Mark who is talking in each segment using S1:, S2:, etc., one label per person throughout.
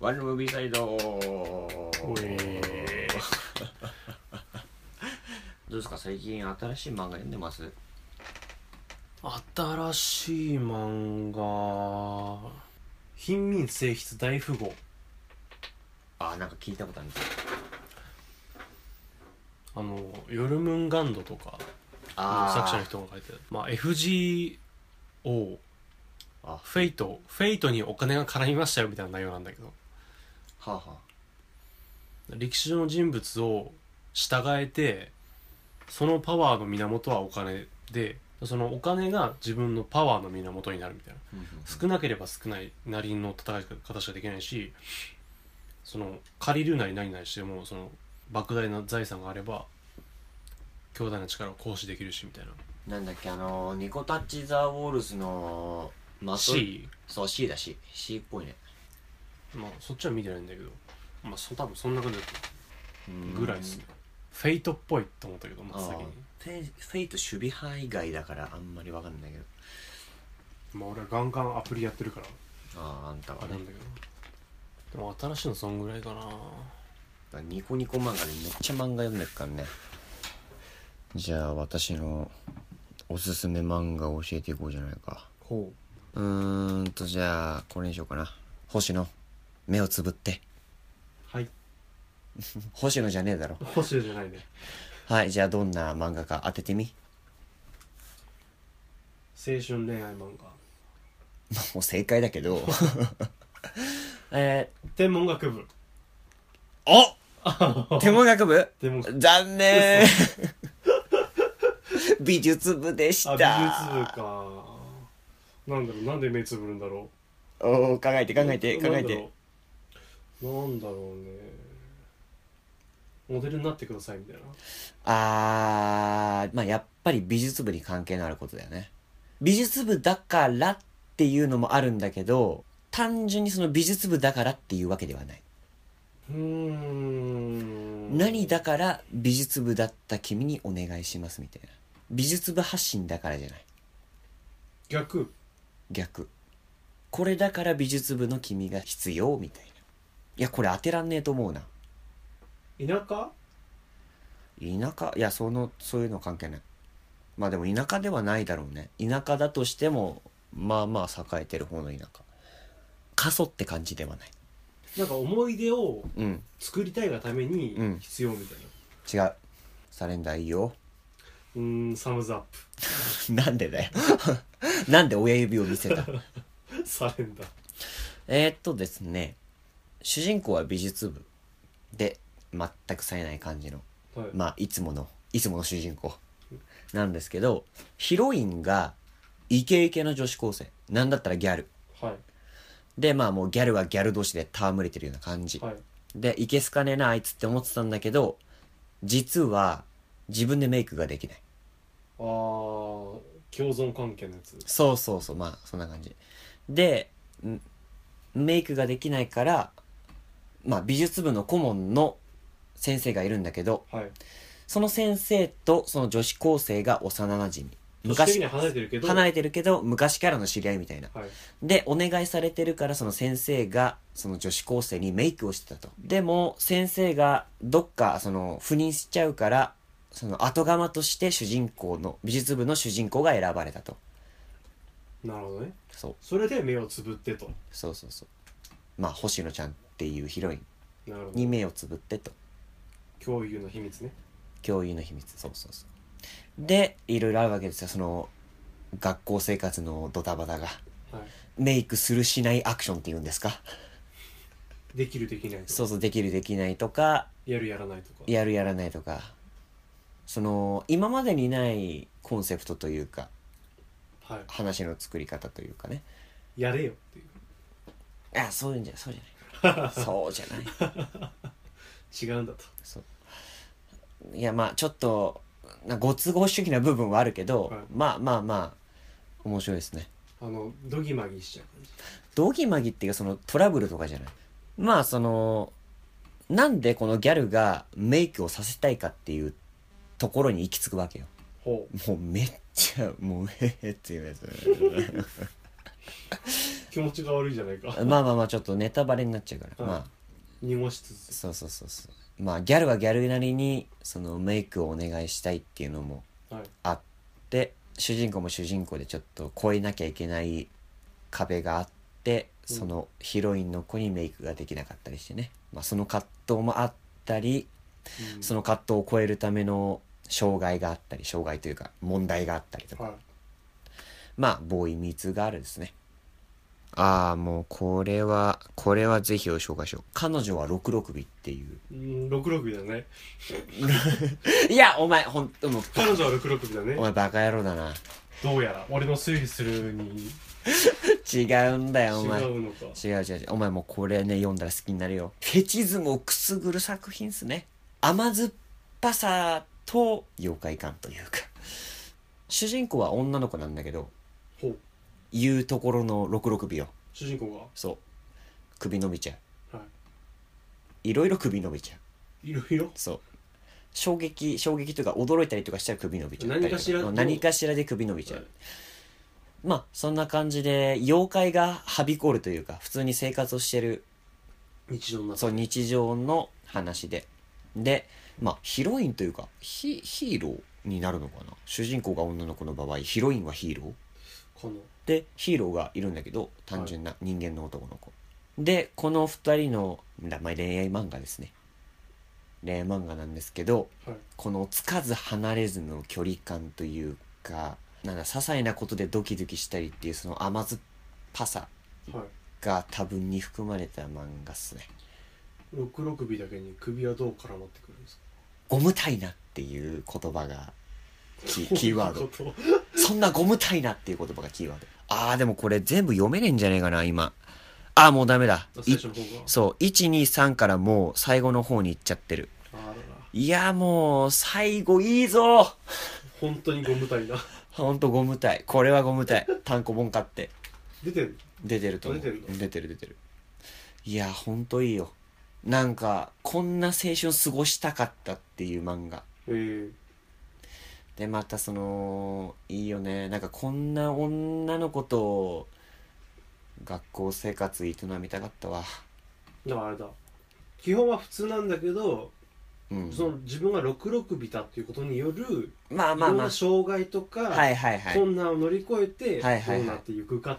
S1: ワンルーム B サイド
S2: おえ
S1: どうですか最近新しい漫画読んでます
S2: 新しい漫画貧民性質大富豪
S1: あなんか聞いたことある
S2: あのヨルムンガンドとか作者の人が書いてるまあ FGO フ
S1: あは
S2: ェイトフェイトにお金が絡みましたよみたいな内容なんだけど
S1: あはあ
S2: 歴史上の人物を従えてそのパワーの源はお金でそのお金が自分のパワーの源になるみたいな
S1: うんうん
S2: 少なければ少ないなりの戦い方しかできないしその借りるなり何なりしてもその莫大な財産があれば強大な力を行使できるしみたいな
S1: なんだっけあのニコタッチ・ザ・ウォールズのまあそう
S2: C、
S1: そう C だし C っぽいね
S2: まあ、そっちは見てないんだけどまあそ多分そんな感じだった
S1: うん
S2: ぐらいですねフェイトっぽいと思ったけど真
S1: あ
S2: っ
S1: ー
S2: 先に
S1: フェイフェイト守備範囲外だからあんまりわかんないけど
S2: まあ俺はガンガンアプリやってるから
S1: あああんた
S2: あ
S1: は
S2: れな
S1: ね
S2: んだけどでも新しいのそんぐらいかな
S1: ニコニコ漫画でめっちゃ漫画読んでるからねじゃあ私のおすすめ漫画を教えていこうじゃないか
S2: ほ
S1: うーんとじゃあこれにしようかな星野目をつぶって
S2: うはい
S1: 星野じゃねえだろ
S2: 星野じゃないね
S1: はいじゃあどんな漫画か当ててみ
S2: 青春恋愛漫画
S1: もう正解だけど え
S2: 天文学部
S1: ー、 お天文学部
S2: 天文学部
S1: 残念 美術部でし
S2: あ
S1: た
S2: 美術部かなんだろうなんで目つぶるんだろ
S1: おお考えて考
S2: う
S1: えて考えて
S2: なんだろうなんだろうねモデルになってくださいみたいな
S1: あーまあやっぱり美術部に関係のあることだよね美術部だからっていうのもあるんだけど単純にその美術部だからっていうわけではないう
S2: ーん
S1: 何だから美術部だった君にお願いしますみたいな美術部発信だからじゃない
S2: 逆
S1: 逆これだから美術部の君が必要みたいないやこれ当てらんねえと思うな
S2: 田舎
S1: 田舎いやそのそういうの関係ないまあでも田舎ではないだろうね田舎だとしてもまあまあ栄えてる方の田舎過疎って感じではない
S2: なんか思い出を
S1: うん
S2: 作りたいがために
S1: うん
S2: 必要みたいな
S1: 違うサレンダーいいよ
S2: うーんサムズアッ
S1: なんでだよ なんで親指を見せ た
S2: プサレンダー
S1: えーっとですね主人公は美術部で全く冴えない感じの
S2: はい、
S1: まあいつものいつもの主人公なんですけどヒロインがイケイケの女子高生なんだったらギャル
S2: はい
S1: でまあもうギャルはギャル同士で戯れてるような感じ、
S2: はい
S1: でいけすかねえなあいつって思ってたんだけど実は自分でメイクができない
S2: あー共存関係のやつ
S1: そうそうそうまあそんな感じでんメイクができないから、まあ、美術部の顧問の先生がいるんだけど
S2: はい
S1: その先生とその女子高生が幼なじみ
S2: 年的
S1: 昔
S2: には離れてるけど
S1: 離れてるけど昔からの知り合いみたいな
S2: はい
S1: でお願いされてるからその先生がその女子高生にメイクをしてたとでも先生がどっかその赴任しちゃうからその後釜として主人公の美術部の主人公が選ばれたと
S2: なるほどね
S1: そう
S2: それで目をつぶってと
S1: そうそうそうまあ星野ちゃんっていうヒロイン
S2: なるほ
S1: に
S2: ど
S1: 目をつぶってと
S2: 共有の秘密ね
S1: 共有の秘密そうそうそうでいろいろあるわけですよその学校生活のドタバタが
S2: はい
S1: メイクするしないアクションっていうんですか
S2: できるできないとか
S1: そうそうできるできないとか
S2: やるやらないとか
S1: やるやらないとかその今までにないコンセプトというか
S2: は
S1: 話の作り方というかね
S2: いやれよっていう
S1: あそういうんじゃそうじゃ ないそうじゃない
S2: 違うんだと
S1: いやまあちょっとなご都合主義な部分はあるけど、
S2: はい
S1: まあまあまあ面白いですね
S2: あのドギマギしちゃう感じ
S1: ドギマギっていうかそのトラブルとかじゃないまあそのなんでこのギャルがメイクをさせたいかっていうところに行き着くわけよ
S2: ほう
S1: もうめっちゃもうええっていうやつ
S2: 気持ちが悪いじゃな いか
S1: まあまあまあちょっとネタバレになっちゃうから、
S2: はい
S1: まあ
S2: 濁しつつ
S1: そうそうそうそうまあギャルはギャルなりにそのメイクをお願いしたいっていうのも
S2: はい
S1: あって主人公も主人公でちょっと越えなきゃいけない壁があって
S2: うん
S1: そのヒロインの子にメイクができなかったりしてね、まあ、その葛藤もあったり
S2: うん
S1: その葛藤を超えるための障害があったり障害というか問題があったりとか
S2: はい
S1: まあボーイミーツガールですねああもうこれはこれはぜひを紹介しよう彼女は66尾っていう
S2: うん66尾だね
S1: いやお前ほんともう
S2: 彼女は66尾だ
S1: お
S2: ね
S1: 前バカ野郎だな
S2: どうやら俺の推理するに
S1: 違うんだ
S2: 違
S1: よお前違う
S2: うのか
S1: 違う違うお前もうこれね読んだら好きになるよフェチズムをくすぐる作品っすね甘酸っぱさと妖怪感というか主人公は女の子なんだけど
S2: ほう
S1: 言うところの66尾を
S2: 主人公
S1: そう首伸びちゃう
S2: がはい
S1: ろいろ首伸びちゃう
S2: いいろいろ
S1: そう衝撃衝撃というか驚いたりとかしたら首伸びちゃったりと
S2: 何かしら
S1: うん何かしらで首伸びちゃう、
S2: はい
S1: まあそんな感じで妖怪がはびこるというか普通に生活をしてる
S2: 日常の中
S1: そう日常の話ででまあヒロインというかヒヒーローになるのかな主人公が女の子の場合ヒロインはヒーロー
S2: この
S1: でヒーローがいるんだけど単純な人間の男の子、でこの2人の、まあ、恋愛漫画ですね恋愛漫画なんですけど
S2: はい
S1: このつかず離れずの距離感というかなんだ些細なことでドキドキしたりっていうその甘酸っぱさ
S2: はい
S1: が多分に含まれた漫画っすね
S2: 66尾だけに首はどう絡まってくるんですか
S1: ゴムたいなっていう言葉がキ キーワード
S2: ド
S1: そんなゴムたいなっていう言葉がキーワードあーでもこれ全部読めねえんじゃねえかな今あーもうダメだ
S2: 最初の方が
S1: そう、123からもう最後の方に行っちゃってる。
S2: ああだない
S1: や、もう、最後いいぞ
S2: 本当にゴム体だ
S1: ほんとゴムたい。これはゴムたい。単行本買って。
S2: 出てる
S1: 出てると思う。
S2: 出てるの
S1: 出てる出てる。いや、ほんといいよ。なんか、こんな青春過ごしたかったっていう漫画。
S2: えー、
S1: で、またその、いいよね。なんかこんな女の子と、学校生活営みたかったわ。
S2: だからあれだ基本は普通なんだけど、
S1: うん。
S2: その自分が66尾だっていうことによる
S1: まあ
S2: い
S1: まあ
S2: ろん
S1: ま
S2: な障害とか、
S1: あ。はいはいはい。
S2: 困難を乗り越えてど
S1: はいはいはいう
S2: なっていくか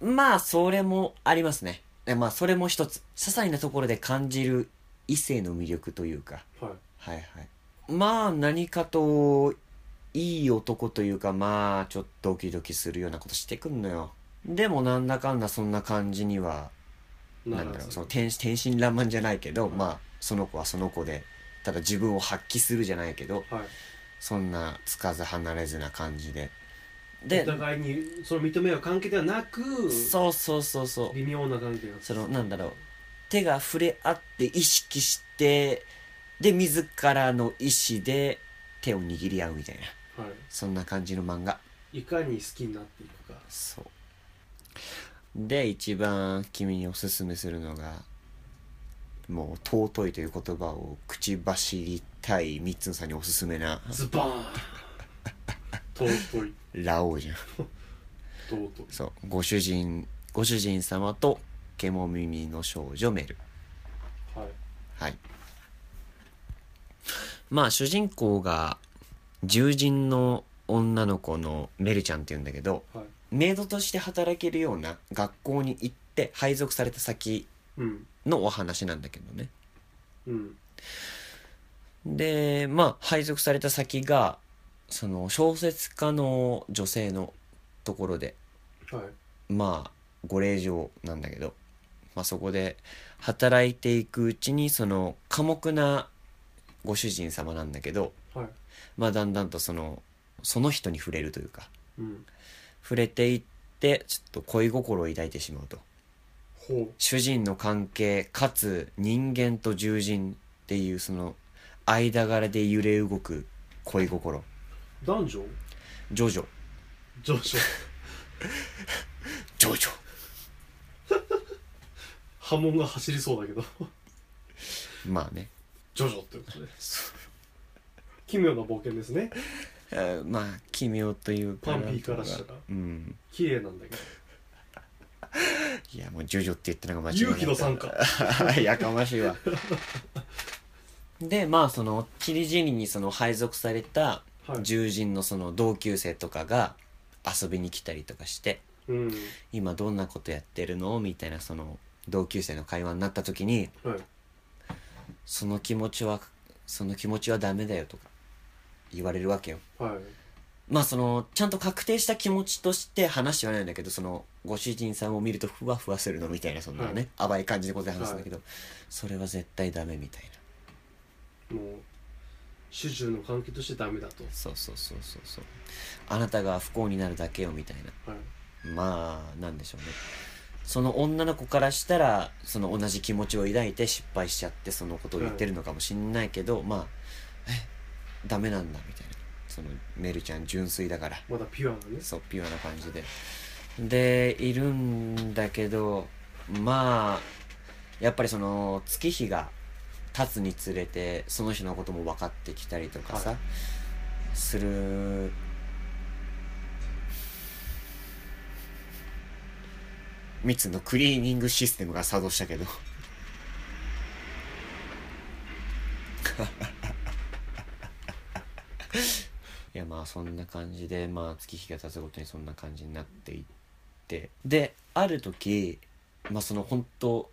S2: と、
S1: まあそれもありますねえまあそれも一つ些細なところで感じる異性の魅力というか
S2: はい
S1: はいはいまあ何かといい男というかまあちょっとドキドキするようなことしてくんのよでもなんだかんだそんな感じにはなんだろうその天天真爛漫じゃないけど、
S2: うん
S1: まあその子はその子でただ自分を発揮するじゃないけど
S2: はい、
S1: そんなつかず離れずな感じで
S2: お
S1: で
S2: 互いにその認め合う関係ではなく
S1: そうそうそうそう
S2: 微妙な関係が
S1: そのなんだろう手が触れ合って意識してで自らの意志で手を握り合うみたいな
S2: は
S1: そんな感じの漫画
S2: い、いかに好きになっていくか
S1: そうで一番君におすすめするのがもう「尊い」という言葉を口走りたいみっつんさんにおすすめな
S2: ズバーン尊い
S1: ラオウじゃん
S2: 尊い
S1: そうご主人ご主人様とケモ耳の少女メル
S2: はい
S1: はい。まあ、主人公が、獣人の女の子のメルちゃんって言うんだけど、
S2: はい
S1: メイドとして働けるような学校に行って配属された先
S2: うん
S1: のお話なんだけどね。
S2: うん
S1: で、まあ、配属された先が、その、小説家の女性のところで、
S2: はい
S1: まあご令嬢なんだけど、まあ、そこで働いていくうちにその寡黙なご主人様なんだけど、
S2: はい
S1: まあ、だんだんとそのその人に触れるというか
S2: うん
S1: 触れていってちょっと恋心を抱いてしまうと
S2: ほ
S1: 主人の関係かつ人間と獣人っていうその間柄で揺れ動く恋心
S2: う男女
S1: ジョジョ
S2: 女女
S1: ジョジョ
S2: 波紋が走りそう だけど
S1: まあね
S2: ジョジョってことで奇妙な冒険ですね
S1: えーまあ奇妙という
S2: パンピーからしたら
S1: うん
S2: 綺麗なんだけど
S1: いやもうジョジョって言ってなんか間違いない
S2: 勇気の参加
S1: やかましいわでまあそのキリジリにその配属された
S2: はい
S1: 獣人のその同級生とかが遊びに来たりとかして
S2: うん
S1: 今どんなことやってるのみたいなその同級生の会話になった時に
S2: はい
S1: その気持ちはその気持ちはダメだよとか言われるわけよ
S2: はい
S1: まあそのちゃんと確定した気持ちとして話はないんだけどそのご主人さんを見るとふわふわするのみたいなそんなね、淡い感じでことで話すんだけど、それは絶対ダメみたいな
S2: もう主従の関係としてダメだと
S1: そうそうそうそうそうあなたが不幸になるだけよみたい
S2: はい
S1: なまあなんでしょうねその女の子からしたらその同じ気持ちを抱いて失敗しちゃってそのことを言ってるのかもしんないけど、まあえダメなんだみたいなそのメルちゃん純粋だから
S2: まだピュアなね
S1: そうピュアな感じででいるんだけどまあやっぱりその月日が経つにつれてその人のことも分かってきたりとかさ、
S2: はい
S1: するミツのクリーニングシステムが作動したけどいやまあそんな感じでまあ月日が経つごとにそんな感じになっていってである時まあその本当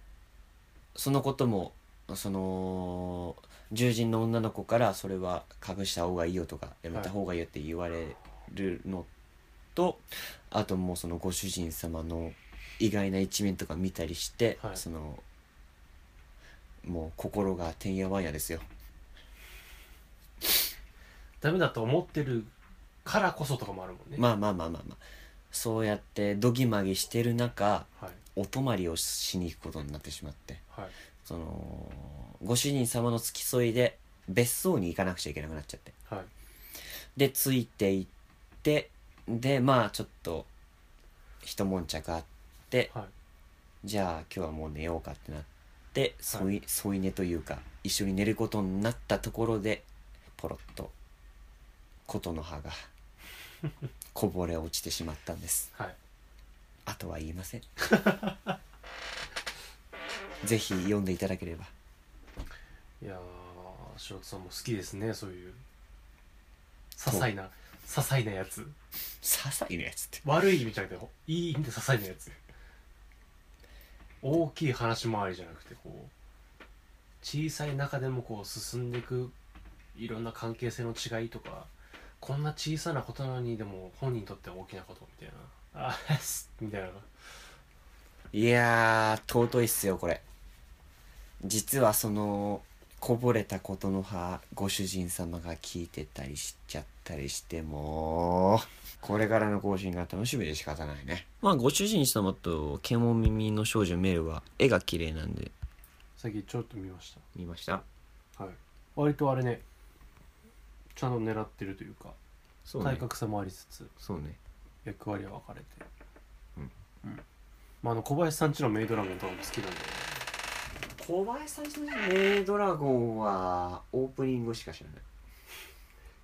S1: そのこともその獣人の女の子からそれは隠した方がいいよとかやめた方がいいよって言われるのと、あともうそのご主人様の意外な一面とか見たりして、
S2: はい
S1: そのもう心がてんやわんやですよ
S2: ダメだと思ってるからこそとかもあるもんね、
S1: まあまあまあまあまあそうやってどぎまぎしてる中
S2: はい
S1: お泊まりをしに行くことになってしまって
S2: はい
S1: そのご主人様の付き添いで別荘に行かなくちゃいけなくなっちゃって
S2: はい
S1: でついていってでまあちょっと一悶着あって
S2: はい
S1: じゃあ今日はもう寝ようかってなって添い,、添い寝というか一緒に寝ることになったところでポロッと琴の葉がこぼれ落ちてしまったんです
S2: はい
S1: あとは言いません ぜひ読んでいただければ
S2: いやー白田さんも好きですねそういう些細な些細なやつ
S1: 些細なやつって
S2: 悪い意味じゃなくていい意味で些細なやつ大きい話回りじゃなくてこう小さい中でもこう進んでいくいろんな関係性の違いとかこんな小さなことなのにでも本人にとっては大きなことみたいなあっすみたいない
S1: やー尊いっすよこれ実はそのこぼれたことの葉ご主人様が聞いてたりしちゃったりしてもうこれからの更新が楽しみで仕方ないねまあご主人様と獣耳の少女メルは絵が綺麗なんで
S2: さっきちょっと見まし
S1: 見ました
S2: たはい割とあれねちゃんと狙ってるというか
S1: そう
S2: 体
S1: ね
S2: 格差もありつつ
S1: そうね
S2: 役割は分かれて
S1: うん、
S2: うんまあ、あの小林さんちのメイドラゴンとかも好きなんで
S1: 小林さんちのねドラゴンはオープニングしか知らない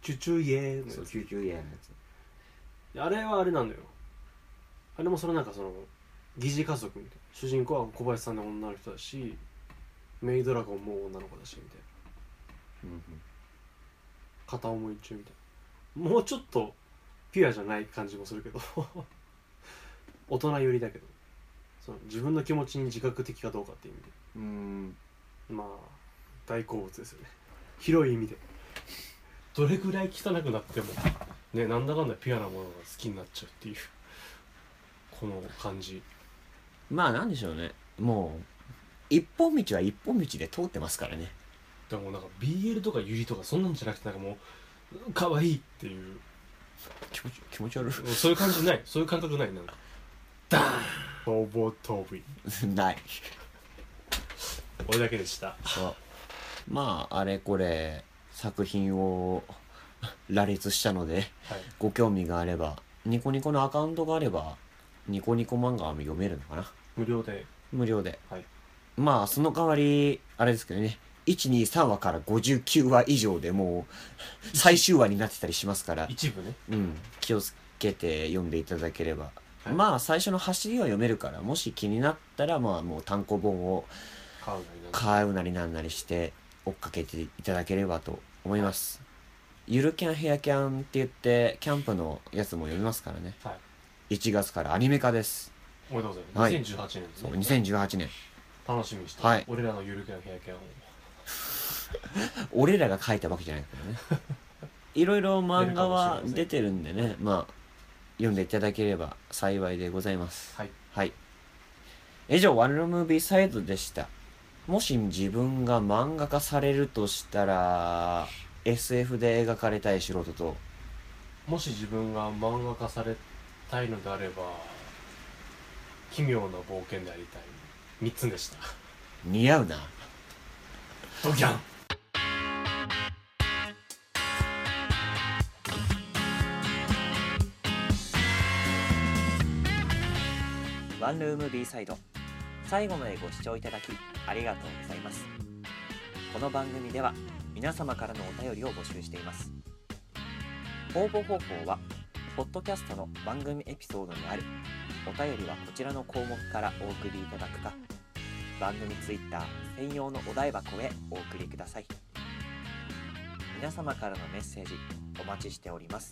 S2: チュチュイエー
S1: そう救急やのやつ
S2: あれはあれなんだよあれもそのなんかその疑似家族みたいな主人公は小林さんの女の人だしメイドラゴンも女の子だしみたいな
S1: うんうん
S2: 片思い中みたいなもうちょっとピュアじゃない感じもするけど 大人寄りだけどその自分の気持ちに自覚的かどうかっていう意味
S1: うーん
S2: でまあ大好物ですよね広い意味でどれぐらい汚くなってもねなんだかんだピュアなものが好きになっちゃうっていうこの感じ
S1: まあなんでしょうねもう一本道は一本道で通ってますからね
S2: でもなんか BL とかユリとかそんなんじゃなくてなんかもう可愛いっていう
S1: 気持ち気持ち悪い
S2: そういう感じないそういう感覚ないなんかダーンボーボートビ
S1: ない
S2: 俺だけでした
S1: まああれこれ作品を羅列したので
S2: はい
S1: ご興味があればニコニコのアカウントがあればニコニコ漫画は読めるのかな
S2: 無料で
S1: 無料で、
S2: はい
S1: まあその代わりあれですけどね123話から59話以上でもう最終話になってたりしますから
S2: 一部ね
S1: うん、気をつけて読んでいただければ
S2: はい
S1: まあ最初の走りは読めるからもし気になったらまあもう単行本を
S2: 買うなりなんか
S1: 買うなりなんなりして追っかけていただければと思いますゆるキャンヘアキャンって言ってキャンプのやつも読みますからね
S2: はい
S1: 1月からアニメ化です
S2: おめでとうございま
S1: は
S2: す
S1: い
S2: 2018年です
S1: そう
S2: ね
S1: 2018年
S2: 楽しみにして、
S1: はい
S2: 俺らのゆるキャンヘアキャンを
S1: 俺らが書いたわけじゃないからね いろいろ漫画は出てるんでねまあ読んでいただければ幸いでございます
S2: はい
S1: はい以上ワンルームービーサイドでしたもし自分が漫画化されるとしたら SF で描かれたい素人と
S2: もし自分が漫画化されたいのであれば奇妙な冒険でありたい3つでした
S1: 似合うな
S2: ドキャン
S1: ワンルーム B サイド最後までご視聴いただきありがとうございますこの番組では皆様からのお便りを募集しています応募方法はポッドキャストの番組エピソードにあるお便りはこちらの項目からお送りいただくか番組ツイッター専用のお台箱へお送りください皆様からのメッセージお待ちしております